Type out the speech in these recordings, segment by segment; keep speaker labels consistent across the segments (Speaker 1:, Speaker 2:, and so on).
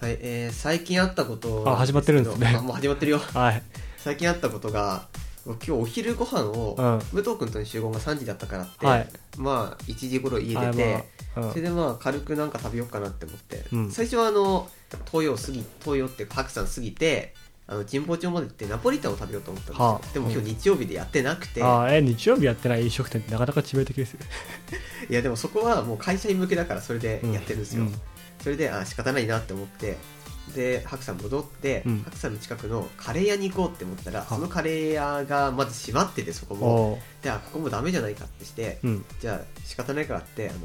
Speaker 1: はい、えー最近あったこと
Speaker 2: あ始まってるんですね
Speaker 1: あもう始まってるよ
Speaker 2: はい
Speaker 1: 最近あったことが今日お昼ご飯を、
Speaker 2: うん
Speaker 1: 武藤君との集合が3時だったからって、
Speaker 2: はい
Speaker 1: まあ1時頃家
Speaker 2: は
Speaker 1: 出
Speaker 2: い
Speaker 1: て、
Speaker 2: まあうん
Speaker 1: それでまあ軽くなんか食べようかなって思って、
Speaker 2: うん
Speaker 1: 最初はあの東洋過ぎ東洋っていうか白山過ぎてあの神保町まで行ってナポリタンを食べようと思ったんですよ、
Speaker 2: はあ
Speaker 1: でも今日日曜日でやってなくて、
Speaker 2: あーえ日曜日やってない飲食店ってなかなか致命的ですよ
Speaker 1: いやでもそこはもう会社員向けだからそれでやってるんですよ、
Speaker 2: うん
Speaker 1: それであ仕方ないなって思ってで白山戻って、
Speaker 2: うん
Speaker 1: 白山の近くのカレー屋に行こうって思ったら、
Speaker 2: い
Speaker 1: そのカレー屋がまず閉まっててそこも
Speaker 2: おー
Speaker 1: であここもダメじゃないかってして、
Speaker 2: うん
Speaker 1: じゃあ仕方ないからってあの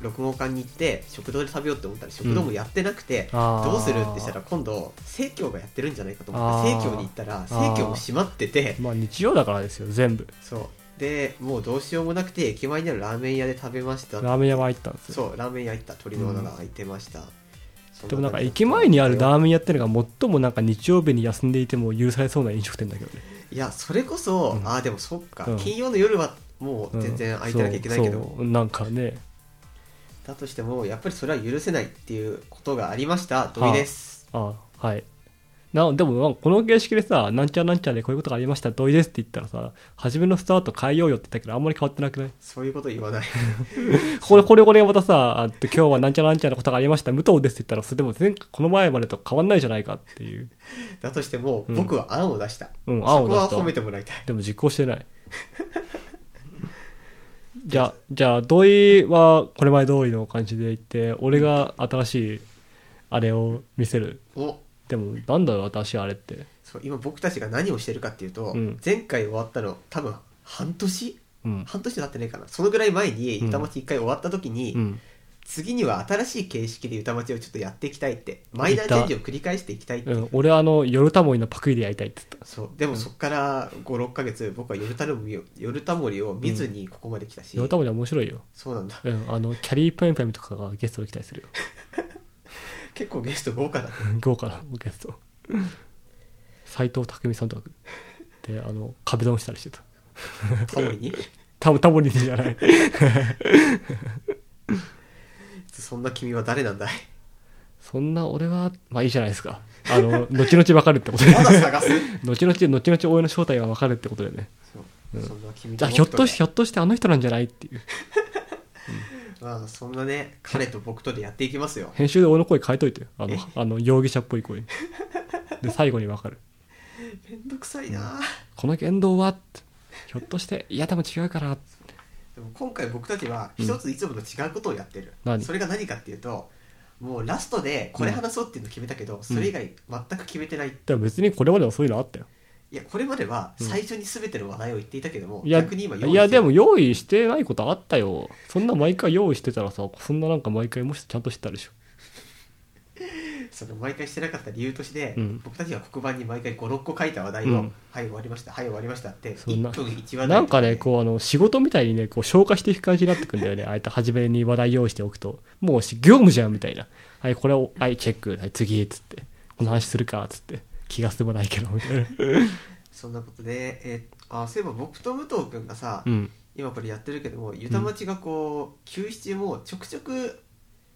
Speaker 1: 六号館に行って食堂で食べようって思ったら食堂もやってなくて、
Speaker 2: あー
Speaker 1: どうするってしたら今度生協がやってるんじゃないかと思って
Speaker 2: あー
Speaker 1: 生協に行ったら生協も閉まってて
Speaker 2: まあ日曜だからですよ全部
Speaker 1: そうでもうどうしようもなくて駅前にあるラーメン屋で食べました
Speaker 2: ラーメン屋は入ったんですよ
Speaker 1: そうラーメン屋行った鳥の穴が開いてました、そ
Speaker 2: でもなんか駅前にあるラ
Speaker 1: ー
Speaker 2: ーメン屋ってのが最もなんか日曜日に休んでいても許されそうな飲食店だけどね
Speaker 1: いやそれこそ、
Speaker 2: うん
Speaker 1: ああでもそっか、
Speaker 2: うん
Speaker 1: 金曜の夜はも
Speaker 2: う
Speaker 1: うん全然開いてなきゃいけないけど、
Speaker 2: そうそうなんかね
Speaker 1: だとしてもやっぱりそれは許せないっていうことがありました土井です、
Speaker 2: あはいなでもなんかこの形式でさ「なんちゃらなんちゃらでこういうことがありました同意です」って言ったらさ初めのスタート変えようよって言ったけどあんまり変わってなくない
Speaker 1: そういうこと言わない
Speaker 2: これこれこれまたさあと「今日はなんちゃらなんちゃらのことがありました武藤です」って言ったらそれでも前この前までと変わんないじゃないかっていう
Speaker 1: だとしても、
Speaker 2: うん
Speaker 1: 僕は案を出した、
Speaker 2: うん案を出した
Speaker 1: そこは褒めてもらいたい
Speaker 2: でも実行してないじゃあじゃあ同意はこれまで通りの感じで言って俺が新しいあれを見せる
Speaker 1: お
Speaker 2: でもなんだろう私あれって
Speaker 1: そう今僕たちが何をしてるかっていうと、
Speaker 2: うん
Speaker 1: 前回終わったの多分半年
Speaker 2: うん
Speaker 1: 半年経ってないかなそのぐらい前に
Speaker 2: うん
Speaker 1: 歌町1回終わった時に、
Speaker 2: うん
Speaker 1: 次には新しい形式で歌町をちょっとやっていきたいってマイナーチェンジを繰り返していきたいって
Speaker 2: うん、俺あの、夜たもいのパクリでやりたいって言っ
Speaker 1: そうでもそこから56か月僕は夜たるみを夜たもりを見ずにここまで来たし、
Speaker 2: た。夜たもりは面白いよ。
Speaker 1: そうなんだ
Speaker 2: うん、あの、キャリーパインパインとかがゲストで来たりするよ。
Speaker 1: 結構ゲスト豪華だね
Speaker 2: 豪華なゲスト。斎藤匠さんとか来る。で、あの、壁ドンしたりしてた。
Speaker 1: タモリに
Speaker 2: たぶんタモリじゃない。
Speaker 1: そんな君は誰なん だい
Speaker 2: そんな俺は、まあいいじゃないですか。あの、後々わかるってことで。
Speaker 1: まだ探す
Speaker 2: 後々、後々俺の正体がわかるってことだよね。
Speaker 1: そう、そんな君
Speaker 2: じゃあ、ひょっ
Speaker 1: 僕
Speaker 2: と
Speaker 1: で
Speaker 2: して、ひょっとしてあの人なんじゃないっていう。
Speaker 1: まあそんなね彼と僕とでやっていきますよ
Speaker 2: 編集で俺の声変えといてよ。あの
Speaker 1: え、
Speaker 2: あの容疑者っぽい声に。で、最後にわかる。
Speaker 1: めんどくさいなあ
Speaker 2: この言動はってひょっとしていやでも違うから
Speaker 1: でも今回僕たちは一ついつもと違うことをやってる、
Speaker 2: 何
Speaker 1: それが何かっていうともうラストでこれ話そうっていうの決めたけど、それ以外全く決めてない
Speaker 2: でも別にこれまでもそういうのあったよ
Speaker 1: いやこれまでは最初に全ての話題を言っていたけども、
Speaker 2: いや
Speaker 1: 逆に今用意
Speaker 2: いや
Speaker 1: してる
Speaker 2: でも用意してないことあったよそんな毎回用意してたらさそんななんか毎回もしちゃんとしてたでしょ
Speaker 1: その毎回してなかった理由として、
Speaker 2: うん
Speaker 1: 僕たちが黒板に毎回56個書いた話題を、
Speaker 2: うん
Speaker 1: はい終わりましたはい終わりましたって
Speaker 2: そんな
Speaker 1: 1分1話題
Speaker 2: なんかねこうあの仕事みたいにねこう消化していく感じになってくんだよねあえて初めに話題用意しておくともうし業務じゃんみたいなはいこれをはいチェックはい次っつってこの話するかっつって気が済まないけどみたい な
Speaker 1: そんなことで、えーあそういえば僕と武藤君がさ、
Speaker 2: うん
Speaker 1: 今これやってるけどもゆたまちがこう休止中もちょくちょく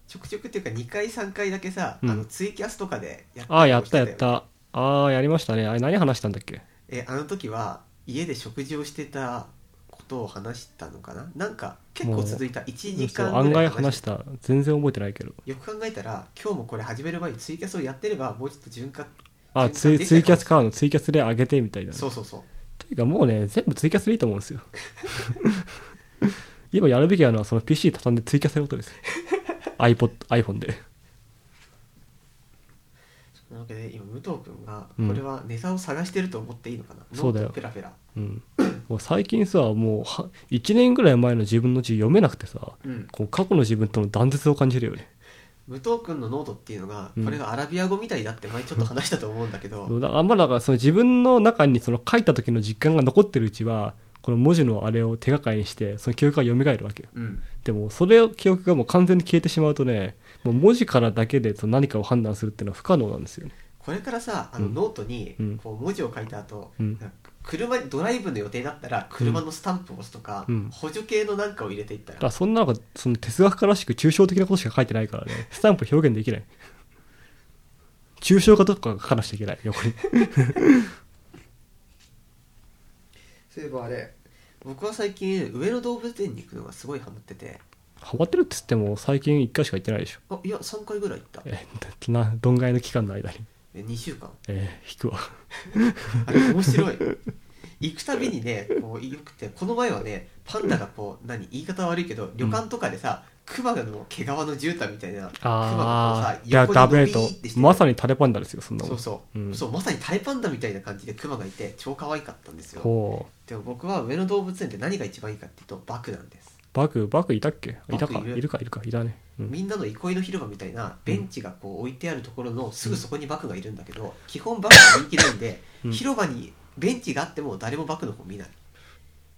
Speaker 1: ちょくちょくっていうか2回3回だけさ、
Speaker 2: うん
Speaker 1: あのツイキャスとかでや
Speaker 2: ああやったや
Speaker 1: り
Speaker 2: っ
Speaker 1: とかしてよね
Speaker 2: たああやりましたねあれ何話したんだっけ
Speaker 1: えーあの時は家で食事をしてたことを話したのかななんか結構続いた1時
Speaker 2: そう
Speaker 1: 間
Speaker 2: 案
Speaker 1: ぐらい
Speaker 2: 外話した全然覚えてないけど
Speaker 1: よく考えたら今日もこれ始める前にツイキャスをやってればもうちょっと潤滑
Speaker 2: あツイツイキャスからのツイキャスで上げてみたいな、
Speaker 1: そうそうそう
Speaker 2: というかもうね全部ツイキャスでいいと思うんですよ 今やるべきなのはその PC 畳んでツイキャスやることです iPod iPhone で
Speaker 1: なわけで今武藤君が
Speaker 2: うん
Speaker 1: これはネタを探してると思っていいのかな、
Speaker 2: そうだよ
Speaker 1: ノートペラペラ
Speaker 2: うんもう最近さもうは1年ぐらい前の自分の字読めなくてさ
Speaker 1: うん
Speaker 2: こう過去の自分との断絶を感じるよね
Speaker 1: 武藤君のノートっていうのが、
Speaker 2: うん
Speaker 1: これがアラビア語みたいだって前ちょっと話したと思うんだけ ど、
Speaker 2: だあんまだからその自分の中にその書いた時の実感が残ってるうちはこの文字のあれを手がかりにしてその記憶が蘇るわけよ
Speaker 1: うん、
Speaker 2: でもそれを記憶がもう完全に消えてしまうとねもう文字からだけでその何かを判断するっていうのは不可能なんですよね
Speaker 1: これからさあの
Speaker 2: うん
Speaker 1: ノートに
Speaker 2: うん
Speaker 1: こう文字を書いた後、
Speaker 2: うん
Speaker 1: なんか車にドライブの予定だったら車のスタンプを押すとか、
Speaker 2: うん
Speaker 1: 補助系のなんかを入れていった
Speaker 2: だ
Speaker 1: ら、
Speaker 2: からそんなのがその哲学家らしく抽象的なことしか書いてないからねスタンプ表現できない抽象化とか書かなくちゃいけない横に
Speaker 1: そういえばあれ僕は最近上野動物園に行くのがすごいハマってて
Speaker 2: ハマってるって言っても最近1回しか行ってないでしょ
Speaker 1: あいや3回ぐらい行った
Speaker 2: えーなどんぐらいの期間の間に
Speaker 1: え2週間
Speaker 2: えー、引くわ
Speaker 1: あれ面白い行くたびにねこうよくてこの前はねパンダがこう何言い方悪いけど旅館とかでさ、クマがの毛皮の絨毯みたいなクマが
Speaker 2: あ
Speaker 1: こ
Speaker 2: あ
Speaker 1: う
Speaker 2: いや
Speaker 1: さ
Speaker 2: ダ
Speaker 1: 横に伸
Speaker 2: メ
Speaker 1: び
Speaker 2: と
Speaker 1: ーってして
Speaker 2: まさにタレパンダですよそんなも
Speaker 1: そ
Speaker 2: ん
Speaker 1: うそう、
Speaker 2: うん
Speaker 1: そうまさにタイパンダみたいな感じでクマがいて超可愛かったんですよ
Speaker 2: ほう
Speaker 1: でも僕は上野動物園で何が一番いいかっていうとバクなんです
Speaker 2: バグバグいたっけいたか
Speaker 1: バグいる
Speaker 2: いるかいるかいたね、うん、
Speaker 1: みんなの憩いの広場みたいなベンチがこう置いてあるところのすぐそこにバクがいるんだけど、基本バクは人気ないんで、
Speaker 2: うん
Speaker 1: 広場にベンチがあっても誰もバクの方見ない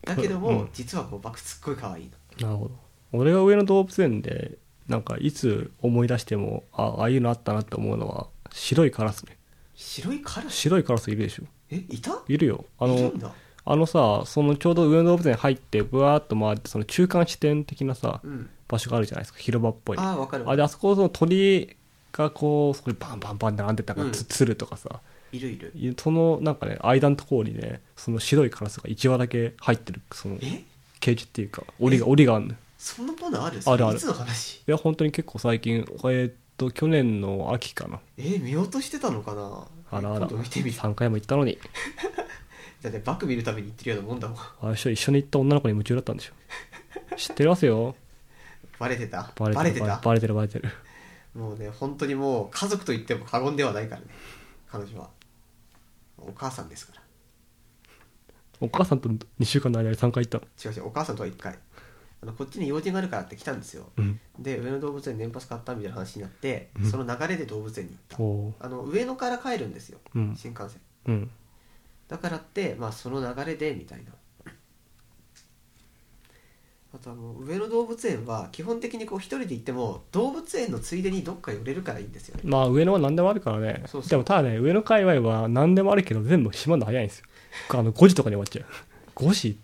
Speaker 1: だけども、
Speaker 2: うん
Speaker 1: 実はこうバクすっごい可愛いの
Speaker 2: なるほど俺が上野動物園でなんかいつ思い出してもあああいうのあったなって思うのは白いカラスね
Speaker 1: 白いカラス
Speaker 2: 白いカラスいるでしょ
Speaker 1: えいた
Speaker 2: いるよあ
Speaker 1: い
Speaker 2: の
Speaker 1: るんだ
Speaker 2: あのさそのちょうど上野動物園入ってブワーっと回ってその中間地点的なさ
Speaker 1: うん
Speaker 2: 場所があるじゃないですか広場っぽい
Speaker 1: ああわかる
Speaker 2: あであそこその鳥がこうそこにバンバンバン並んでたから、
Speaker 1: うん
Speaker 2: つつるとかさ
Speaker 1: いるいる
Speaker 2: いそのなんかね間のところにねその白いカラスが1羽だけ入ってるその
Speaker 1: え
Speaker 2: ケージっていうか檻が
Speaker 1: え
Speaker 2: 檻があるのよ
Speaker 1: そんなものある
Speaker 2: あるある
Speaker 1: いつの話
Speaker 2: いや本当に結構最近えーっと去年の秋かな
Speaker 1: え見落としてたのかな
Speaker 2: あらあ
Speaker 1: 今
Speaker 2: ら
Speaker 1: 度見てみる
Speaker 2: 3回も行ったのに
Speaker 1: だってバク見るために行ってるようなもんだもん
Speaker 2: あれでしょ一緒に行った女の子に夢中だったんでしょ知ってますよ
Speaker 1: バレてた
Speaker 2: バレてる
Speaker 1: た
Speaker 2: バレてるバレてる
Speaker 1: もうね本当にもう家族と言っても過言ではないからね彼女はお母さんですから
Speaker 2: お母さんと2週間の間に3回行ったの
Speaker 1: 違う違うお母さんとは1回あのこっちに用事があるからって来たんですよ
Speaker 2: うん
Speaker 1: で上野動物園年パス買ったみたいな話になって、
Speaker 2: うん
Speaker 1: その流れで動物園に行っ
Speaker 2: おー
Speaker 1: たあの上野から帰るんですよ
Speaker 2: うん
Speaker 1: 新幹線
Speaker 2: うん
Speaker 1: だからってまあその流れでみたいなあとあの上野動物園は基本的にこう一人で行っても動物園のついでにどっか寄れるからいいんですよね
Speaker 2: まあ上野は何でもあるからね
Speaker 1: そうそう
Speaker 2: でもただね上野界隈は何でもあるけど全部閉まるの早いんですよあの5時とかに終わっちゃう5時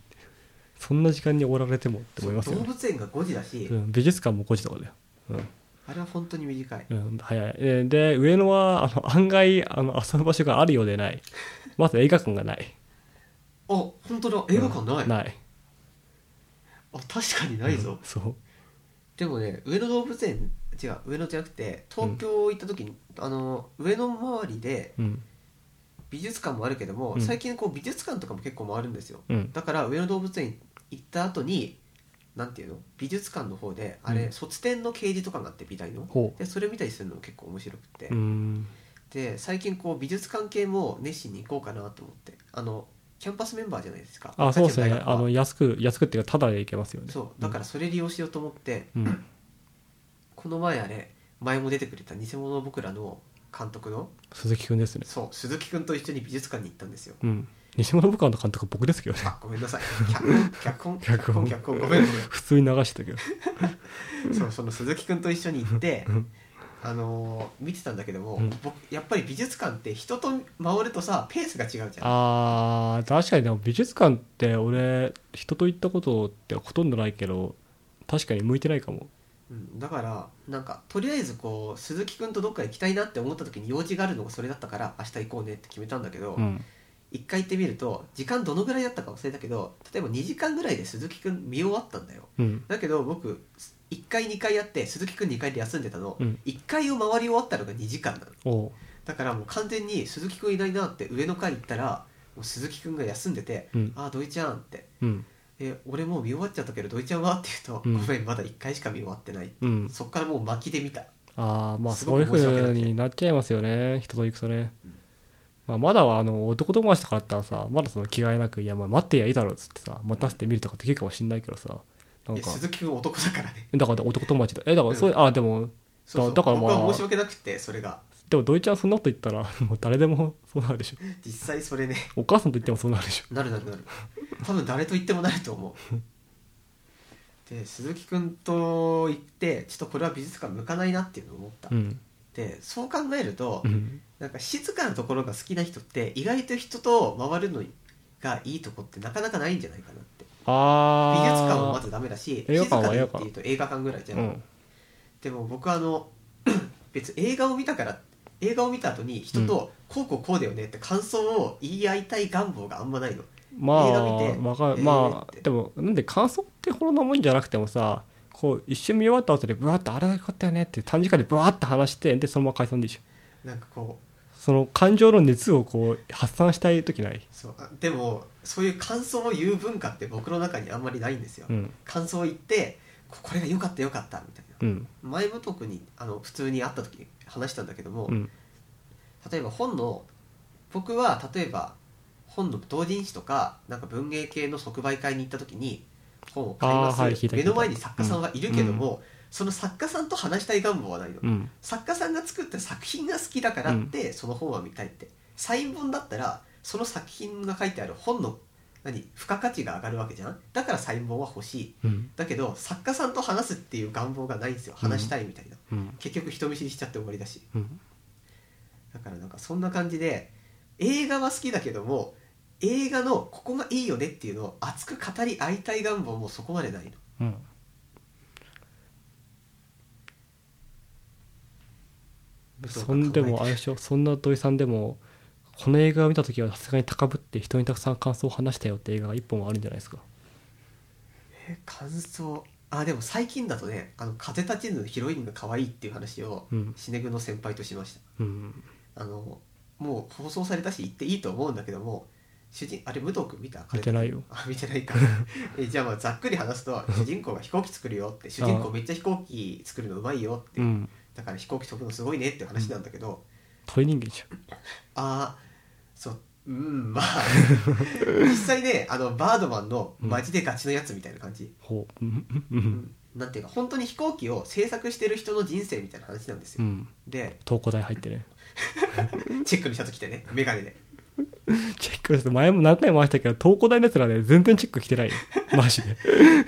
Speaker 2: そんな時間におられてもって思いますよ
Speaker 1: 動
Speaker 2: ね、
Speaker 1: 物園が5時だし、
Speaker 2: うん、美術館も5時とかだようん
Speaker 1: あれは本当に短い
Speaker 2: うん、早い。えーで、上野は、あの、案外、あの、遊ぶ場所があるようでない。まず映画館がない。
Speaker 1: あ本当だ映画館ない、
Speaker 2: うん
Speaker 1: あ
Speaker 2: ない。
Speaker 1: 確かにないぞ、
Speaker 2: うんそう。
Speaker 1: でもね上野動物園違う上野じゃなくて東京行った時に、あの上野周りで
Speaker 2: うん。
Speaker 1: 美術館もあるけども、
Speaker 2: うん
Speaker 1: 最近こう美術館とかも結構回るんですよ
Speaker 2: うん。
Speaker 1: だから上野動物園行った後になんていうの美術館の方であれ、
Speaker 2: うん
Speaker 1: 卒展の掲示とかがあって美大の
Speaker 2: ほ
Speaker 1: でそれ見たりするのも結構面白くて、
Speaker 2: う。うん。
Speaker 1: で最近こう美術関係も熱心に行こうかなと思ってあのキャンパスメンバーじゃないですか
Speaker 2: あ、そうです
Speaker 1: 大
Speaker 2: ね。
Speaker 1: 学は
Speaker 2: あの、安く、安くっていうか、ただで行けますよね。
Speaker 1: そうだからそれ利用しようと思って、
Speaker 2: うん。
Speaker 1: この前あれ前も出てくれた偽物僕らの監督の
Speaker 2: 鈴木くんですね。
Speaker 1: そう鈴木君と一緒に美術館に行ったんですよ
Speaker 2: うん。西村武漢の監督は僕ですけどね。
Speaker 1: あごめんなさい脚本脚本
Speaker 2: 脚
Speaker 1: 脚
Speaker 2: 本
Speaker 1: 本脚本ごめんご
Speaker 2: 普通に流して たけど。
Speaker 1: めんそうその鈴木君と一緒に行って
Speaker 2: うん
Speaker 1: あのー見てたんだけども、
Speaker 2: うん
Speaker 1: 僕やっぱり美術館って人と回るとさペースが違うじゃん
Speaker 2: あー、確かにでも美術館って俺、人と行ったことってほとんどないけど、確かに向いてないかも。
Speaker 1: うん、だからなんかとりあえずこう鈴木君とどっか行きたいなって思った時に用事があるのがそれだったから明日行こうねって決めたんだけど、
Speaker 2: うん。
Speaker 1: 一回行ってみると時間どのぐらいだったか忘れたけど例えば2時間ぐらいで鈴木君見終わったんだよ
Speaker 2: うん。
Speaker 1: だけど僕1回2回やって鈴木くん2回で休んでたの、
Speaker 2: うん
Speaker 1: 1回を回り終わったのが2時間なの
Speaker 2: おう。
Speaker 1: だからもう完全に鈴木くんいないなって上の階行ったらもう鈴木くんが休んでて
Speaker 2: うん
Speaker 1: 「ああ土井ちゃん」って
Speaker 2: うん。
Speaker 1: 「え俺もう見終わっちゃったけど土井ちゃんは?」って言うと「
Speaker 2: うん
Speaker 1: ごめんまだ1回しか見終わってない」
Speaker 2: うん。
Speaker 1: そっからもう巻きで見た
Speaker 2: ああまあ
Speaker 1: す
Speaker 2: そ
Speaker 1: ご
Speaker 2: うい
Speaker 1: く
Speaker 2: うふうになっちゃいますよね人と行くとね、まあ、まだはあの男友達とかだったらさまだその気概なく「いやまあ待ってやいいだろ」っつってさ待たせてみるとかできるかもしんないけどさなん
Speaker 1: いや
Speaker 2: か
Speaker 1: 鈴木くん男だからね
Speaker 2: だから男友達だえだからそういうあでも
Speaker 1: そうそう
Speaker 2: だからまあ
Speaker 1: 僕は申し訳なくてそれが
Speaker 2: でも土井ちゃんそんなこと言ったら もう誰でもそうなるでしょ
Speaker 1: 実際それね
Speaker 2: お母さんと言ってもそうなるでしょ
Speaker 1: なるなるなる多分誰と言ってもなると思うで鈴木くんと行ってちょっとこれは美術館向かないなっていうのを思った、
Speaker 2: うん
Speaker 1: でそう考えると、
Speaker 2: うん
Speaker 1: なんか静かなところが好きな人って意外と人と回るのがいいとこってなかなかないんじゃないかなって美
Speaker 2: あ
Speaker 1: 術
Speaker 2: あ
Speaker 1: 館もまずダメだし
Speaker 2: 映画
Speaker 1: 静
Speaker 2: 館
Speaker 1: か
Speaker 2: は
Speaker 1: に
Speaker 2: 映画
Speaker 1: っ
Speaker 2: 館
Speaker 1: ていうと映画館ぐらいじゃん、
Speaker 2: うん
Speaker 1: でも僕はあの別に映画を見たから映画を見た後に人と「こうこうこうだよね」って感想を言い合いたい願望があんまないの
Speaker 2: ま
Speaker 1: 映画見て
Speaker 2: あわか
Speaker 1: え
Speaker 2: るま
Speaker 1: ーっ
Speaker 2: あ
Speaker 1: て
Speaker 2: でもなんで感想ってほどのもんじゃなくてもさこう一瞬見終わった後でブワッとあれが良かったよねって短時間でブワッと話してでそのまま解散でしょ
Speaker 1: なんかこう
Speaker 2: その感情の熱をこう発散したい時ない
Speaker 1: そうあでもそういう感想を言う文化って僕の中にあんまりないんですよ、
Speaker 2: うん
Speaker 1: 感想を言ってここれが良かった良かったみたいな
Speaker 2: うん
Speaker 1: 前武徳にあの普通に会った時に話したんだけども、
Speaker 2: うん
Speaker 1: 例えば本の僕は例えば本の同人誌とかなんか文芸系の即売会に行った時に本を買います、
Speaker 2: あーはい聞いた聞
Speaker 1: 目
Speaker 2: いた
Speaker 1: の前に作家さんはいるけども、その作家さんと話したい願望はないの、
Speaker 2: うん
Speaker 1: 作家さんが作った作品が好きだからって、その本は見たいってサイン本だったらその作品が書いてある本の何付加価値が上がるわけじゃんだからサイン本は欲しい
Speaker 2: うん
Speaker 1: だけど作家さんと話すっていう願望がないんですよ話したいみたいな、
Speaker 2: うん
Speaker 1: 結局人見知りしちゃって終わりだし
Speaker 2: うん
Speaker 1: だからなんかそんな感じで映画は好きだけども映画のここがいいよねっていうのを熱く語り合いたい願望もそこまでないの
Speaker 2: うんそんでもあれでしょそんな土井さんでもこの映画を見た時はさすがに高ぶって人にたくさん感想を話したよって映画が一本はあるんじゃないですか
Speaker 1: え感想あでも最近だとね「あの風立ちぬ」のヒロインが可愛いっていう話を
Speaker 2: うん
Speaker 1: シネグの先輩としました
Speaker 2: うん
Speaker 1: あのもう放送されたし言っていいと思うんだけども主人あれ武藤君見た
Speaker 2: 見てないよ
Speaker 1: あ見てない かえじゃあまあざっくり話すと主人公が飛行機作るよって主人公めっちゃ飛行機作るのうまいよって、
Speaker 2: うん
Speaker 1: だから飛行機飛ぶのすごいねって話なんだけど、
Speaker 2: 鳥人間じゃ
Speaker 1: あ
Speaker 2: ん
Speaker 1: あそううんまあ 実際ねあのバードマンのマジでガチのやつみたいな感じ、
Speaker 2: ほううんうんうん
Speaker 1: なんていうか本当に飛行機を制作してる人の人生みたいな話なんです
Speaker 2: う
Speaker 1: よ、
Speaker 2: ん
Speaker 1: で
Speaker 2: 東工大入ってね
Speaker 1: チェックのシャツ着てねメガネで
Speaker 2: チェックです前も何回も回したけど東工大のやつらね全然チェック来てないよマジで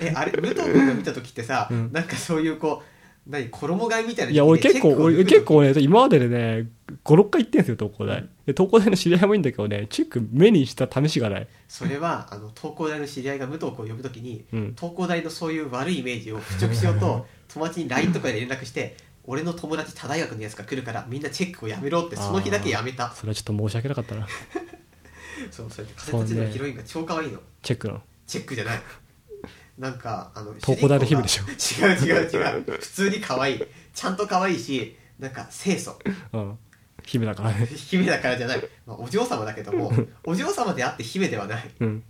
Speaker 1: えあれ武藤君が見た時ってさ、
Speaker 2: うん
Speaker 1: なんかそういうこう何衣替えみたいない
Speaker 2: や、俺結構、俺結構
Speaker 1: ね
Speaker 2: ね、今まででね、5、6回行ってんすよ、東工大。で、東工大の知り合いもいいんだけどね、チェック目にした試しがない。
Speaker 1: それはあの東工大の知り合いが武藤君を呼ぶ時に、
Speaker 2: うん
Speaker 1: 東工大のそういう悪いイメージを払拭しようと友達に LINE とかで連絡して俺の友達他大学のやつが来るからみんなチェックをやめろってその日だけやめた
Speaker 2: それはちょっと申し訳なかったな。
Speaker 1: そうそれで風立ちのヒロインが超可愛いの
Speaker 2: チェックの。
Speaker 1: チェックじゃないなんかあの
Speaker 2: 東工大の日々でしょ
Speaker 1: ょ違う違う違う普通に可愛いちゃんと可愛いしなんか清楚
Speaker 2: うん。姫だからね。
Speaker 1: 姫だからじゃない、 まあ、お嬢様だけどもお嬢様であって姫ではない
Speaker 2: うん。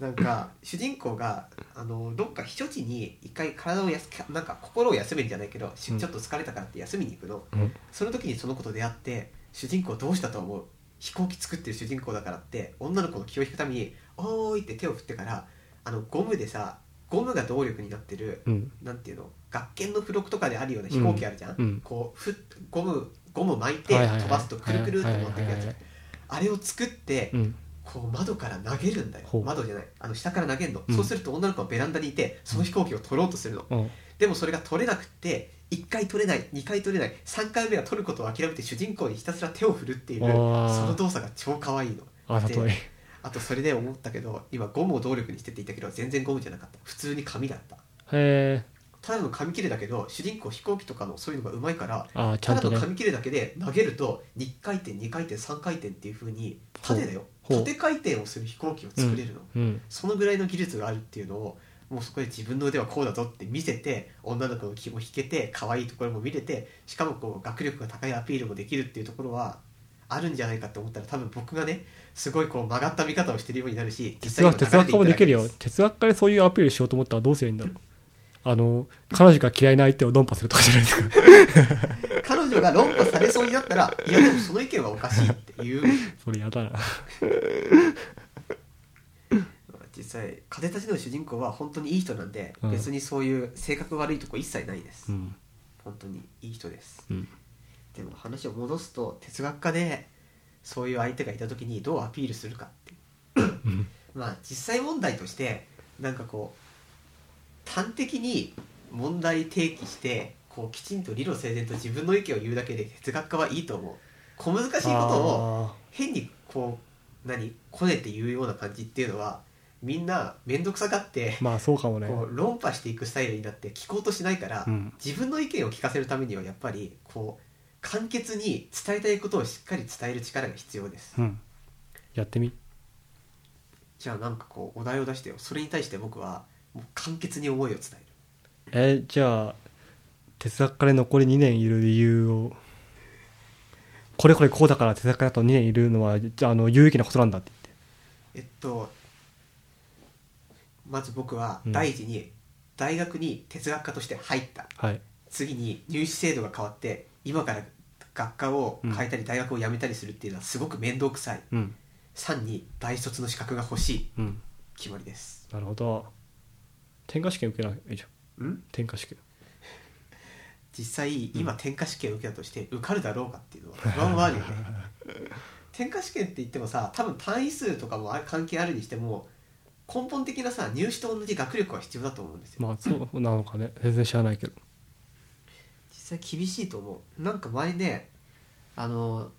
Speaker 1: なんか主人公があのどっか避暑地に一回体をやすなんか心を休めるんじゃないけど、し
Speaker 2: うん
Speaker 1: ちょっと疲れたからって休みに行くの
Speaker 2: うん。
Speaker 1: その時にその子と出会って主人公どうしたと思う飛行機作ってる主人公だからって女の子の気を引くために「おーい」って手を振ってからあのゴムでさゴムが動力になってる
Speaker 2: うん。
Speaker 1: なんていうの学研の付録とかであるような飛行機あるじゃん、
Speaker 2: うん
Speaker 1: こうふっゴムゴム巻いて飛ばすとくるくるって回ってくやつあれを作って
Speaker 2: うん。
Speaker 1: こう窓から投げるんだよ
Speaker 2: ほう
Speaker 1: 窓じゃないあの下から投げるの、
Speaker 2: うん
Speaker 1: そうすると女の子はベランダにいてその飛行機を取ろうとするの
Speaker 2: うん。
Speaker 1: でもそれが取れなくって1回取れない2回取れない3回目は取ることを諦めて主人公にひたすら手を振るっていうそ
Speaker 2: あー
Speaker 1: の動作が超可愛いの
Speaker 2: あざとい
Speaker 1: で。あとそれで思ったけど今ゴムを動力にしてって言ったけど全然ゴムじゃなかった普通に紙だった
Speaker 2: へえ。
Speaker 1: ただの紙切れだけど主人公飛行機とかのそういうのがうまいから
Speaker 2: あーち
Speaker 1: た
Speaker 2: ゃん
Speaker 1: だ
Speaker 2: と
Speaker 1: の
Speaker 2: ね。
Speaker 1: 紙切れだけで投げると1回転2回転3回転っていう風に縦だよ
Speaker 2: ほう
Speaker 1: 縦回転をする飛行機を作れるの、
Speaker 2: うん。
Speaker 1: そのぐらいの技術があるっていうのをもうそこで自分の腕はこうだぞって見せて女の子の気も引けて可愛いところも見れてしかもこう学力が高いアピールもできるっていうところはあるんじゃないかと思ったら多分僕がねすごいこう曲がった見方をしてるようになるし
Speaker 2: 哲学、哲学家もできるよ。哲学家でそういうアピールしようと思ったらどうすればいいんだろう。あの、彼女が嫌いな相手を論破するとかじゃないです か。
Speaker 1: 彼女が論破されそうになったらいやでもその意見はおかしいっていう
Speaker 2: それやだな。
Speaker 1: 実際風立ちの主人公は本当にいい人なんで、
Speaker 2: うん
Speaker 1: 別にそういう性格悪いとこ一切ないです、
Speaker 2: うん。
Speaker 1: 本当にいい人です
Speaker 2: うん。
Speaker 1: でも話を戻すと哲学家でそういう相手がいた時にどうアピールするかってまあ実際問題としてなんかこう端的に問題提起してこうきちんと理路整然と自分の意見を言うだけで哲学家はいいと思う小難しいことを
Speaker 2: あ
Speaker 1: 変にこう何こねて言うような感じっていうのはみんな面倒くさがって
Speaker 2: ーまあそうかもね。
Speaker 1: こう論破していくスタイルになって聞こうとしないから、
Speaker 2: うん
Speaker 1: 自分の意見を聞かせるためにはやっぱりこう簡潔に伝えたいことをしっかり伝える力が必要です
Speaker 2: うん。やってみ。
Speaker 1: じゃあなんかこうお題を出してよそれに対して僕はもう簡潔に思いを伝える
Speaker 2: えーじゃあ、哲学家で残り2年いる理由を、これこれこうだから哲学家だと2年いるのは、じゃあ、あの、有益なことなんだって言
Speaker 1: え
Speaker 2: っ
Speaker 1: っとまず僕は
Speaker 2: うん
Speaker 1: 第一に大学に哲学科として入った、
Speaker 2: て。はい。
Speaker 1: 次に入試制度が変わって今から学科を変えたり大学を辞めたりするっていうのはすごく面倒くさい、
Speaker 2: うん。
Speaker 1: 3に大卒の資格が欲しい
Speaker 2: うん。
Speaker 1: 決まりです
Speaker 2: なるほど。転科試験受けなきゃいいじゃん。
Speaker 1: ん
Speaker 2: 転科試験。
Speaker 1: 実際今転科試験を受けたとして受かるだろうかっていうのは不安はあるよね転科試験って言ってもさ多分単位数とかもあ関係あるにしても根本的なさ入試と同じ学力は必要だと思うんですよ
Speaker 2: まあ、そうなのかね。全然知らないけど。
Speaker 1: 実際厳しいと思うなんか前ねあの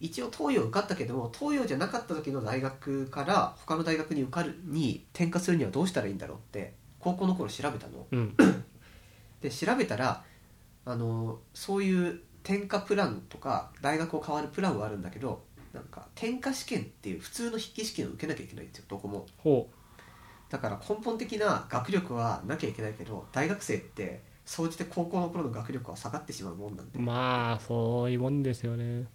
Speaker 1: 一応東洋受かったけども東洋じゃなかった時の大学から他の大学に受かるに転科するにはどうしたらいいんだろうって高校の頃調べたの
Speaker 2: うん。
Speaker 1: で調べたらあのそういう転科プランとか大学を変わるプランはあるんだけどなんか転科試験っていう普通の筆記試験を受けなきゃいけないんですよどこも
Speaker 2: ほ
Speaker 1: だから根本的な学力はなきゃいけないけど大学生って総じて高校の頃の学力は下がってしまうもんなんで
Speaker 2: う。まあ、そういうもんですよね。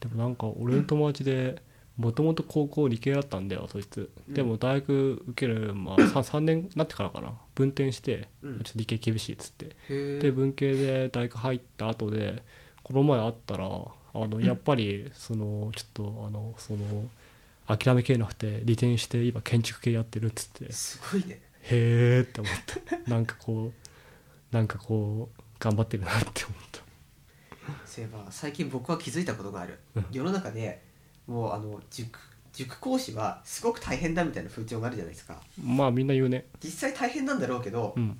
Speaker 2: でもなんか、俺の友達で、もともと高校理系だったんだよ、そいつ。
Speaker 1: うん
Speaker 2: でも、大学受ける、まあ、3, 3年になってからかな。分転して、
Speaker 1: うん
Speaker 2: ちょっと理系厳しいっつって。
Speaker 1: へ
Speaker 2: で、文系で大学入った後で、この前会ったら、あの、やっぱり、その、ちょっと、あの、その、諦めきれなくて、利点して、今、建築系やってるっつって。
Speaker 1: すごいね
Speaker 2: へーって思ったなんかこうなんかこう頑張ってるなって思った
Speaker 1: そういえば最近僕は気づいたことがある
Speaker 2: うん
Speaker 1: 世の中でもうあの塾塾講師はすごく大変だみたいな風潮があるじゃないですか
Speaker 2: まあみんな言うね
Speaker 1: 実際大変なんだろうけど
Speaker 2: う、ん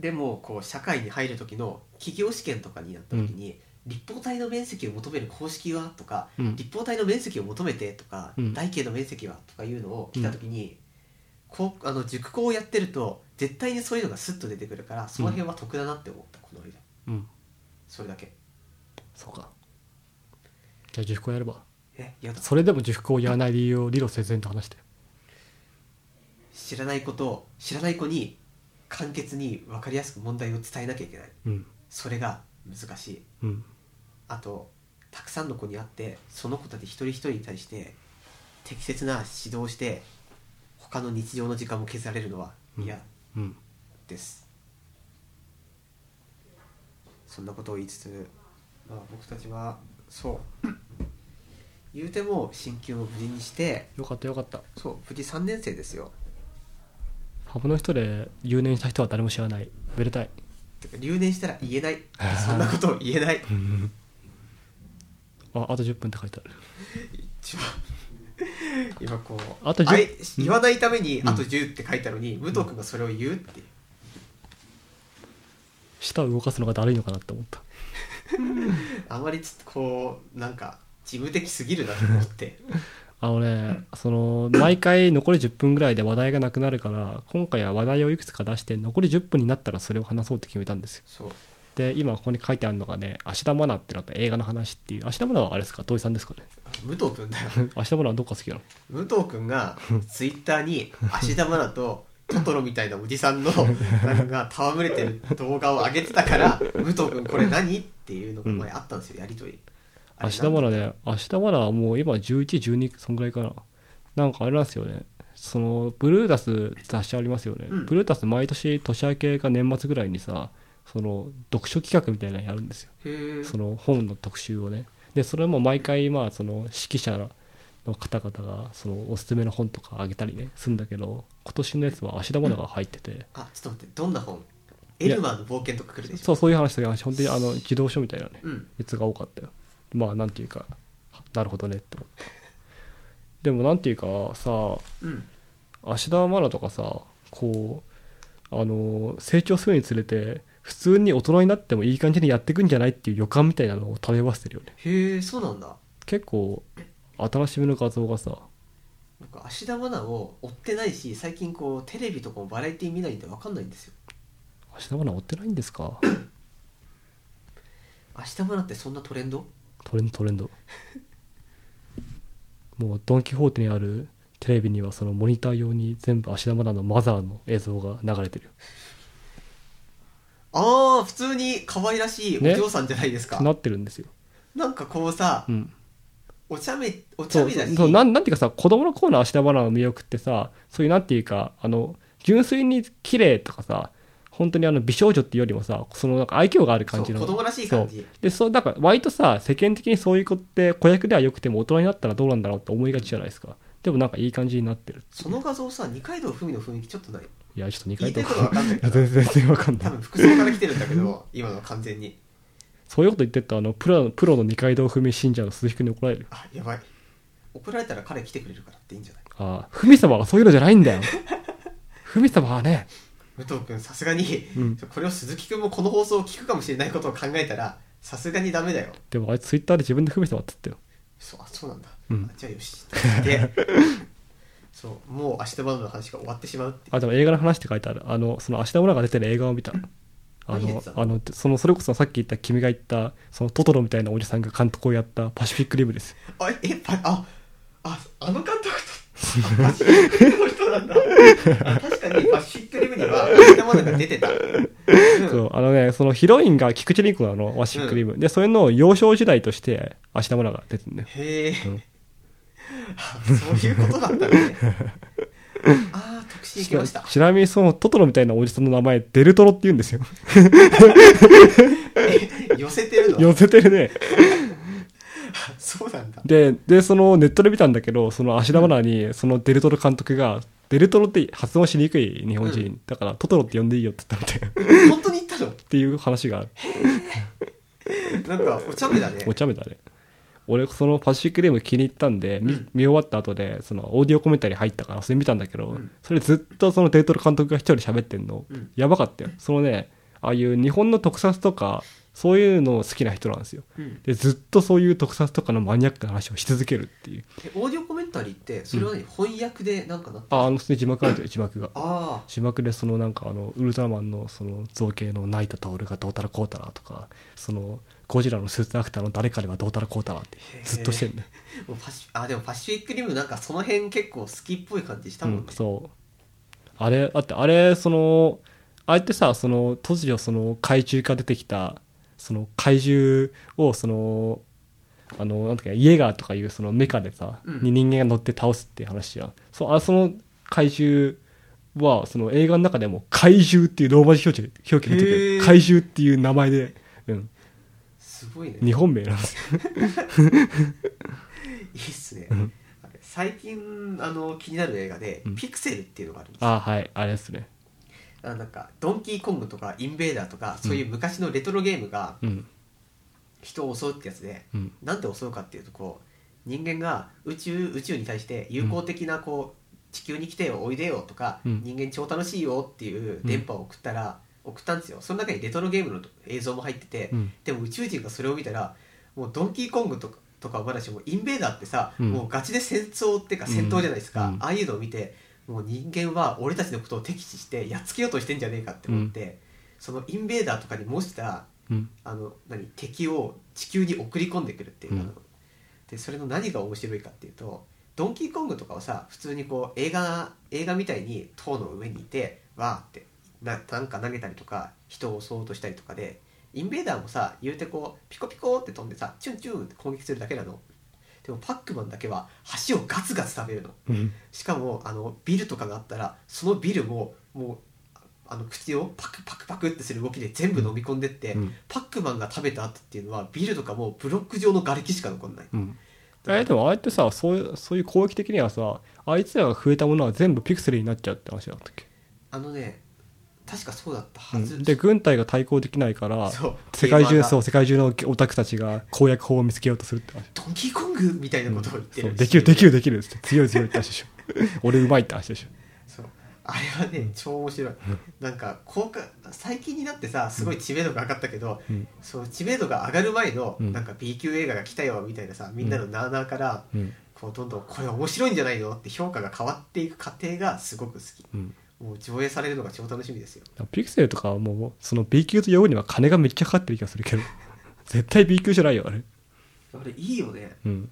Speaker 1: でもこう社会に入る時の企業試験とかになった時に、立方体の面積を求める公式はとか、
Speaker 2: うん
Speaker 1: 立方体の面積を求めてとか、
Speaker 2: うん
Speaker 1: 台形の面積はとかいうのを来た時に、こうあの塾講をやってると絶対にそういうのがスッと出てくるからその辺は得だなって思ったこの間
Speaker 2: うん
Speaker 1: それだけ
Speaker 2: そうかじゃあ塾講やれば
Speaker 1: えやだ
Speaker 2: それでも塾講やらない理由を理路整然と話して
Speaker 1: 知らないことを知らない子に簡潔に分かりやすく問題を伝えなきゃいけない
Speaker 2: うん
Speaker 1: それが難しい
Speaker 2: うん
Speaker 1: あとたくさんの子に会ってその子たち一人一人に対して適切な指導をして他の日常の時間も削られるのは嫌
Speaker 2: うん
Speaker 1: です、そんなことを言いつつ、まあ、僕たちはそう言うても進級を無事にして
Speaker 2: よかったよかった
Speaker 1: そう無事3年生ですよ
Speaker 2: ハブの人で留年した人は誰も知らないめでたい
Speaker 1: てか留年したら言えないそんなことを言えない
Speaker 2: ああと10分って書いてある
Speaker 1: 一応今こう
Speaker 2: あと10
Speaker 1: れ言わないために「あと10」って書いたのに、武藤君がそれを言うっていう
Speaker 2: 舌を動かすのがだるいのかなって思った
Speaker 1: あまりつこうなんか事務的すぎるなと思って
Speaker 2: あのね、その、毎回残り10分ぐらいで話題がなくなるから、今回は話題をいくつか出して、残り10分になったらそれを話そうって決めたんですよ。
Speaker 1: そう
Speaker 2: で、今ここに書いてあるのがね、芦田愛菜ってなった映画の話っていう、芦田愛菜はあれですか、土井さんですかね。
Speaker 1: 武藤君だよ
Speaker 2: 芦田愛菜はどっか好きなの
Speaker 1: 武藤君がツイッターに芦田愛菜とトトロみたいなおじさんのなんか戯れてる動画を上げてたから武藤君これ何っていうのが前あったんですよやりとりあれ
Speaker 2: 芦田愛菜ね、芦田愛菜はもう今11、12、そんぐらいかな。なんかあれなんですよね。その、ブルータス雑誌ありますよね。
Speaker 1: うん
Speaker 2: ブルータス毎年年明けか年末ぐらいにさ、その、読書企画みたいなのやるんですよ。
Speaker 1: へえ
Speaker 2: その本の特集をねでそれも毎回まあその指揮者の方々がそのおすすめの本とかあげたりねするんだけど今年のやつは芦田愛菜が入ってて、
Speaker 1: あちょっと待ってどんな本
Speaker 2: い
Speaker 1: エ
Speaker 2: や
Speaker 1: ルマーの冒険とか来るでしょ
Speaker 2: そうそういう話そういう話本当にあの児童書みたいなね
Speaker 1: うん
Speaker 2: やつが多かったよまあなんていうかなるほどねって思ったでもなんていうかさ
Speaker 1: うん
Speaker 2: 芦田愛菜とかさこうあの成長するにつれて普通に大人になってもいい感じにやっていくんじゃないっていう予感みたいなのを漂わせてるよね
Speaker 1: へえそうなんだ
Speaker 2: 結構新しめの画像がさ
Speaker 1: 僕芦田愛菜を追ってないし最近こうテレビとかもバラエティ見ないんで分かんないんですよ
Speaker 2: 芦田愛菜追ってないんですか
Speaker 1: 明日村ってそんなトレンド
Speaker 2: トレンドトレンドもうドン・キホーテにあるテレビにはそのモニター用に全部芦田愛菜のマザーの映像が流れてるよ
Speaker 1: ああ普通に可愛らしいお
Speaker 2: ね
Speaker 1: 嬢さんじゃないですか、
Speaker 2: なってるんですよ、
Speaker 1: なんかこうさ
Speaker 2: うん、
Speaker 1: お茶目お茶
Speaker 2: そう
Speaker 1: 目だし
Speaker 2: そうなんなんていうかさ子供の頃の芦田愛菜の魅力ってさそういうなんていうかあの純粋に綺麗とかさ本当にあの美少女っていうよりもさそのなんか愛嬌がある感じの
Speaker 1: そう子供らしい感じ
Speaker 2: そうでそうだから割とさ世間的にそういう子って子役ではよくても大人になったらどうなんだろうって思いがちじゃないですかでもなんかいい感じになってる
Speaker 1: その画像さ二階堂ふみの雰囲気ちょっとない
Speaker 2: いやちょっと2
Speaker 1: 言
Speaker 2: 回
Speaker 1: いた
Speaker 2: と
Speaker 1: いことわかんないけ
Speaker 2: や
Speaker 1: ど
Speaker 2: 全然全然わかんな
Speaker 1: 多
Speaker 2: い
Speaker 1: 分服装から来てるんだけど今のは完全に
Speaker 2: そういうこと言ってったあのプロプロの二階堂ふみ信者の鈴木君に怒られる
Speaker 1: あやばい怒られたら彼来てくれるからっていいんじゃない
Speaker 2: ああふみ様はそういうのじゃないんだ よふみ様はね
Speaker 1: 武藤君さすがに、
Speaker 2: うん
Speaker 1: これを鈴木君もこの放送を聞くかもしれないことを考えたらさすがにダメだよ
Speaker 2: でもあいつツイッターで自分でふみ様って言ったよ
Speaker 1: そうあそうなんだ、
Speaker 2: うん
Speaker 1: あじゃあよしで そうもう明日バンドの話が終わってしまうって
Speaker 2: あでも映画の話って書いてあるあのその芦田愛菜が出てる映画を見たあ
Speaker 1: 何出
Speaker 2: の
Speaker 1: てたの
Speaker 2: あのそのそれこそさっき言った君が言ったそのトトロみたいなおじさんが監督をやったパシフィックリムです
Speaker 1: あええパあああの監督とあパシフィックリムの人なんだあ確かにパシフィックリムには明日バンドが出てた、うん
Speaker 2: そうあのねそのヒロインが菊池凛子なのパシフィックリム、でそれの幼少時代として芦田愛菜が出てるんだよ
Speaker 1: へえ、
Speaker 2: うん
Speaker 1: あそういうことだったねああ特進行きました
Speaker 2: ちなみにそのトトロみたいなおじさんの名前デルトロって言うんで すよ
Speaker 1: え寄せてるの
Speaker 2: 寄せてるね
Speaker 1: そうなんだ
Speaker 2: ででそのネットで見たんだけどその芦田愛菜にそのデルトロ監督がデルトロって発音しにくい日本人、
Speaker 1: う
Speaker 2: だからトトロって呼んでいいよって言ったみたいなっ
Speaker 1: 本当に言ったの
Speaker 2: ていう話がある
Speaker 1: なん かお茶目だね
Speaker 2: お茶目だね俺そのパシフィックリム気に入ったんで、み
Speaker 1: うん
Speaker 2: 見終わった後でそのオーディオコメンタリー入ったからそれ見たんだけど、
Speaker 1: うん
Speaker 2: それずっとそのデルトロ監督が一人喋ってんの、
Speaker 1: うん
Speaker 2: やばかったよそのねああいう日本の特撮とかそういうのを好きな人なんですよ
Speaker 1: うん
Speaker 2: でずっとそういう特撮とかのマニアックな話をし続けるっていう
Speaker 1: えオーディオコメンタリーってそれは何、翻訳でなんかな
Speaker 2: ああの普通に字幕あるじゃん字幕が
Speaker 1: あ
Speaker 2: 字幕でそのなんかあのウルトラマンのその造形のナイトタオルがどうたらこうたらとかそのゴジラのスーツアクターの誰彼はどうたらこうたらって
Speaker 1: へー
Speaker 2: ずっとしてんだよ、
Speaker 1: あもうパシあでもパシフィックリムなんかその辺結構好きっぽい感じした
Speaker 2: う
Speaker 1: もんね
Speaker 2: ん、、そうあれだってあれそのあれってさその突如その怪獣から出てきたその怪獣をそのあのなんていうかイエガーとかいうそのメカでさ、
Speaker 1: うん
Speaker 2: に人間が乗って倒すっていう話じゃんそうあその怪獣はその映画の中でも怪獣っていうローマ字表記表記が出
Speaker 1: へ
Speaker 2: て
Speaker 1: ー
Speaker 2: て怪獣っていう名前で、うん、
Speaker 1: すごいね
Speaker 2: 日本名なんですよ
Speaker 1: いいっすね
Speaker 2: ん
Speaker 1: あれ最近あの気になる映画で、
Speaker 2: うん
Speaker 1: ピクセルっていうのがあるんですよ
Speaker 2: あはいあれですね
Speaker 1: あのなんかドンキーコングとかインベーダーとかそういう昔のレトロゲームが
Speaker 2: うん
Speaker 1: 人を襲うってやつで、
Speaker 2: うん
Speaker 1: なんで襲うかっていうとこう人間が宇宙宇宙に対して友好的なこう、地球に来てよおいでよとか、
Speaker 2: うん
Speaker 1: 人間超楽しいよっていう電波を送ったら、送ったんですよその中にレトロゲームの映像も入ってて、
Speaker 2: うん
Speaker 1: でも宇宙人がそれを見たらもうドンキーコングとかとかお話もインベーダーってさ、
Speaker 2: うん
Speaker 1: もうガチで戦争っていうか戦闘じゃないですか、
Speaker 2: うんうん
Speaker 1: ああいうのを見てもう人間は俺たちのことを敵視してやっつけようとしてんじゃねえかって思って、そのインベーダーとかに模した
Speaker 2: うん
Speaker 1: あの何敵を地球に送り込んでくるっていうか、
Speaker 2: うん
Speaker 1: でそれの何が面白いかっていうとドンキーコングとかはさ普通にこう映画映画みたいに塔の上にいてわーってななんか投げたりとか人を襲おうとしたりとかでインベーダーもさ言うてこうピコピコって飛んでさチュンチュンって攻撃するだけなのでもパックマンだけは橋をガツガツ食べるの
Speaker 2: うん
Speaker 1: しかもあのビルとかがあったらそのビルももうあの口をパクパクパクってする動きで全部飲み込んでって、
Speaker 2: うん
Speaker 1: パックマンが食べた後っていうのはビルとかもうブロック状の瓦礫しか残んない
Speaker 2: うん、えでもあれってさそういうそういう攻撃的にはさあいつらが増えたものは全部ピクセルになっちゃうって話だったっけ、
Speaker 1: あのね確かそうだった
Speaker 2: う
Speaker 1: はず、
Speaker 2: ん、で軍隊が対抗できないから
Speaker 1: そう
Speaker 2: 世界
Speaker 1: ゲーマー
Speaker 2: 中
Speaker 1: が
Speaker 2: そう世界中のオタクたちが攻略法を見つけようとするって話
Speaker 1: ドンキーコングみたいなことを言ってる、
Speaker 2: そうできるできるできるっつって強い強いって話でしょ 俺うまいって話でしょ
Speaker 1: そうあれはね超面白いなんか効果最近になってさすごい知名度が上がったけど、
Speaker 2: うん
Speaker 1: そう知名度が上がる前の、
Speaker 2: うん
Speaker 1: なんか B 級映画が来たよみたいなさみんなのなーなーから、
Speaker 2: うん
Speaker 1: こうどんどんこれ面白いんじゃないのって評価が変わっていく過程がすごく好き
Speaker 2: うん
Speaker 1: もう上映されるのが超楽しみですよ
Speaker 2: ピクセルとかはもうその B 級と呼ぶには金がめっちゃかかってる気がするけど絶対 B 級じゃないよあれ
Speaker 1: あれいいよね
Speaker 2: うん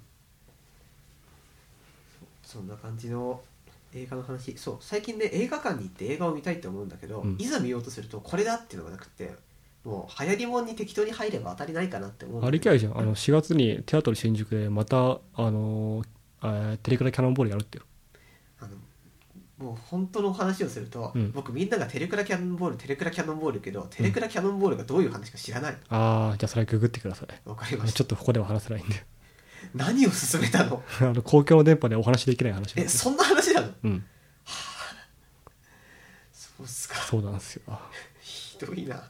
Speaker 1: そんな感じの映画の話そう最近ね映画館に行って映画を見たいと思うんだけど、
Speaker 2: うん
Speaker 1: いざ見ようとするとこれだっていうのがなくてもう流行りもんに適当に入れば当たりないかなって思うんだ
Speaker 2: あれ
Speaker 1: け
Speaker 2: 行き
Speaker 1: ど
Speaker 2: ゃいいじゃんあの4月にテアトル新宿でまたあのーえーテレクラキャノンボールやるってよ
Speaker 1: あのもう本当のお話をすると、
Speaker 2: うん
Speaker 1: 僕みんながテレクラキャノンボールテレクラキャノンボールけどテレクラキャノンボールがどういう話か知らない
Speaker 2: ああじゃあそれググってください
Speaker 1: わかり
Speaker 2: あ
Speaker 1: ま
Speaker 2: の
Speaker 1: し
Speaker 2: ち
Speaker 1: た
Speaker 2: ょっとここでは話せないんで
Speaker 1: 何を勧めたの
Speaker 2: あの公共の電波でお話できない話
Speaker 1: え
Speaker 2: なんで
Speaker 1: そんな話なの
Speaker 2: うん
Speaker 1: そうっすか
Speaker 2: そうなんですよ
Speaker 1: ひどいな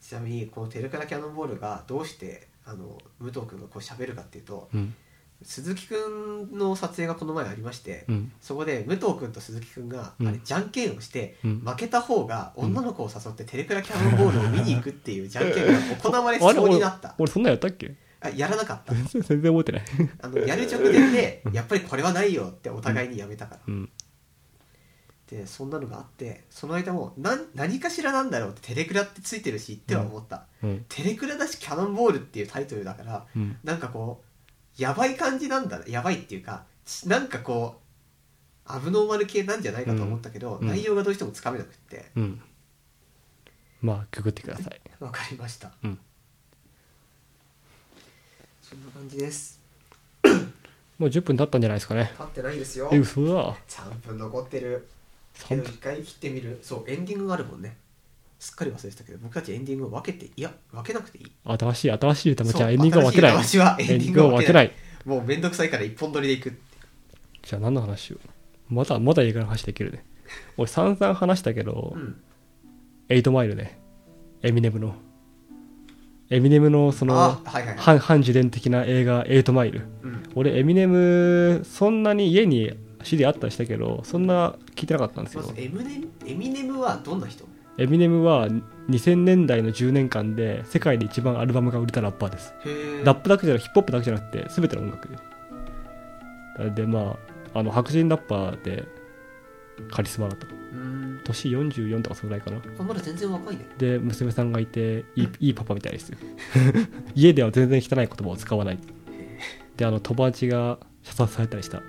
Speaker 1: ちなみにこのテレクラキャノンボールがどうしてあの武藤君がこう喋るかっていうと
Speaker 2: うん
Speaker 1: 鈴木君の撮影がこの前ありまして、
Speaker 2: うん
Speaker 1: そこで武藤君と鈴木君が、
Speaker 2: うん
Speaker 1: あれじゃんけんをして、
Speaker 2: うん
Speaker 1: 負けた方が女の子を誘ってテレクラキャノンボールを見に行くっていうじゃんけんが行われそうに
Speaker 2: 俺
Speaker 1: なった
Speaker 2: 俺そんなんやったっけ
Speaker 1: あやらなかった
Speaker 2: 全然全然覚えてない
Speaker 1: あのやる直前でやっぱりこれはないよってお互いにやめたから、
Speaker 2: うん
Speaker 1: でそんなのがあってその間も何何かしらなんだろうってテレクラってついてるしっては思った、
Speaker 2: うん
Speaker 1: テレクラだしキャノンボールっていうタイトルだから
Speaker 2: うん
Speaker 1: なんかこうやばい感じなんだやばいっていうかちなんかこうアブノーマル系なんじゃないかと思ったけど、
Speaker 2: うん
Speaker 1: 内容がどうしてもつかめなくって
Speaker 2: うんまあググってください
Speaker 1: わかりました
Speaker 2: うん
Speaker 1: そんな感じです
Speaker 2: もう10分経ったんじゃないですかね
Speaker 1: 立ってないですよ
Speaker 2: え嘘だ
Speaker 1: 3分残ってるけ
Speaker 2: 3
Speaker 1: ど
Speaker 2: 分
Speaker 1: 一回切ってみるそうエンディングがあるもんねすっかり忘れてたけど僕たちエンディングを分けていや分けなくていい
Speaker 2: 新しい新しい歌もじゃ
Speaker 1: そ
Speaker 2: あ
Speaker 1: う
Speaker 2: エンディングは分けない
Speaker 1: 新しい歌は
Speaker 2: エンディングは分けない
Speaker 1: もうめんどくさいから一本撮りでいく
Speaker 2: じゃあ何の話をまだまだ映画の話できるね俺散々話したけど
Speaker 1: うん
Speaker 2: エイトマイルねエミネムのエミネムのその
Speaker 1: あはいはいはい、
Speaker 2: 反反自伝的な映画エイトマイル
Speaker 1: うん、
Speaker 2: 俺エミネムそんなに家に CD あったりしたけどそんな聞いてなかったんです
Speaker 1: ま
Speaker 2: よ
Speaker 1: ずエミネムエミネムはどんな人
Speaker 2: エミネムは2000年代の10年間で世界で一番アルバムが売れたラッパーです
Speaker 1: へえ
Speaker 2: ラップだけじゃなくヒップホップだけじゃなくて全ての音楽でまああの白人ラッパーでカリスマだと
Speaker 1: うん
Speaker 2: 年44とかそのぐらいかな
Speaker 1: あまだ全然若いね
Speaker 2: で娘さんがいていいいいパパみたいですよ 家では全然汚い言葉を使わないであの友達が射殺されたりした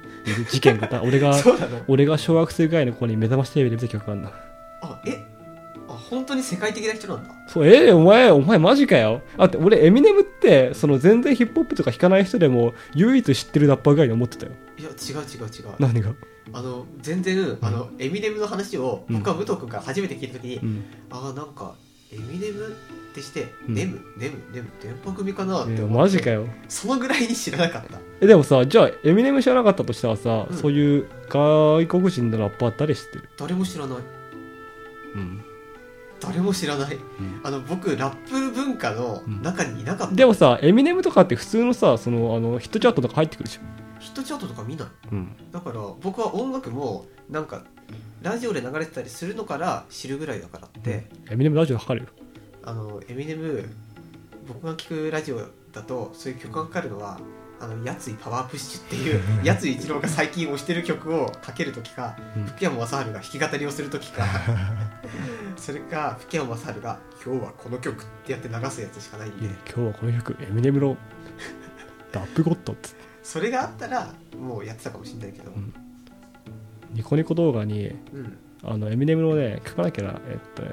Speaker 2: 事件 があった俺が
Speaker 1: そうなの
Speaker 2: 俺が小学生ぐらいの子に目覚ましテレビで見た曲があるんだ
Speaker 1: あえあ本当に世界的な人なんだ
Speaker 2: そうえーお前お前マジかよあって俺エミネムってその全然ヒップホップとか弾かない人でも唯一知ってるラッパーぐらいに思ってたよ
Speaker 1: いや違う違う違う
Speaker 2: 何が
Speaker 1: あの全然あのエミネムの話を
Speaker 2: うん
Speaker 1: 僕は武藤君から初めて聞いた時に、
Speaker 2: うん
Speaker 1: あなんかエミネムってして、
Speaker 2: うん
Speaker 1: ネムネムネム電波組かなって
Speaker 2: えー
Speaker 1: 思って
Speaker 2: マジかよ
Speaker 1: そのぐらいに知らなかった
Speaker 2: えでもさじゃあエミネム知らなかったとしたらさ、
Speaker 1: うん
Speaker 2: そういう外国人のラッパー誰知ってる
Speaker 1: 誰も知らない
Speaker 2: うん
Speaker 1: 誰も知らない、
Speaker 2: ん
Speaker 1: あの僕ラップ文化の中にいなかった、
Speaker 2: でもさエミネムとかって普通のさそのあのヒットチャートとか入ってくるでしょ、
Speaker 1: ヒットチャートとか見ない
Speaker 2: うん、
Speaker 1: だから僕は音楽もなんかラジオで流れてたりするのから知るぐらいだからって、
Speaker 2: エミネムラジオかかるよ
Speaker 1: あのエミネム僕が聞くラジオだとそういう曲がかかるのは「あのやついパワープッシュ」っていうやつい一郎が最近推してる曲をかける時か、
Speaker 2: うん
Speaker 1: 福山雅治が弾き語りをする時かそれか福山雅治が「今日はこの曲」ってやって流すやつしかないん
Speaker 2: い
Speaker 1: で
Speaker 2: や今日はこの曲エミネム のラップゴッドっつって
Speaker 1: それがあったらもうやってたかもしれないけど、
Speaker 2: んニコニコ動画に
Speaker 1: うん、
Speaker 2: あのエミネムのね書かなきゃなえっとね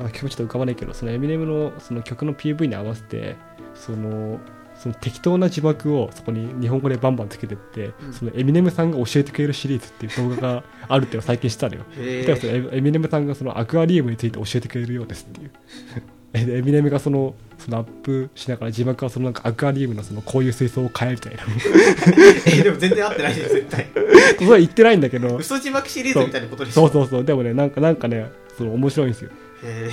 Speaker 2: あ曲ちょっと浮かばないけどそのエミネムのその曲の PV に合わせてそのその適当な字幕をそこに日本語でバンバンつけてって、
Speaker 1: うん
Speaker 2: そのエミネムさんが教えてくれるシリーズっていう動画があるっていうのを最近知ったのよ
Speaker 1: へ
Speaker 2: だからそ
Speaker 1: え
Speaker 2: のエエミネムさんがそのアクアリウムについて教えてくれるようですっていう えエミネムがそのそのアップしながら字幕はそのなんかアクアリウムのそのこういう水槽を変えるみたいな
Speaker 1: えでも全然合ってないです絶対
Speaker 2: それは言ってないんだけど
Speaker 1: 嘘字幕シリーズみたいなことでしょ
Speaker 2: そうそうそうでもねなんかなんかねその面白いんですよ
Speaker 1: へ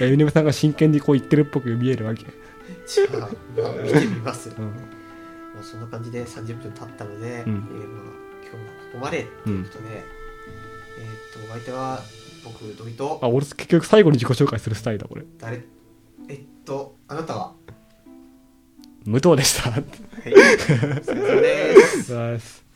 Speaker 1: え
Speaker 2: エミネムさんが真剣にこう言ってるっぽく見えるわけ、
Speaker 1: じゃあ、まあ、見てみます。ま
Speaker 2: うん、
Speaker 1: あ、そんな感じで30分経ったので、
Speaker 2: うん
Speaker 1: えーまあ、今日はここまでということで、えーっと、お相手は僕、土井と、
Speaker 2: あ俺結局最後に自己紹介するスタイルだこれ
Speaker 1: 誰、えっと、あなたは、
Speaker 2: 武藤でした
Speaker 1: はい、お疲れ様です。
Speaker 2: ナイス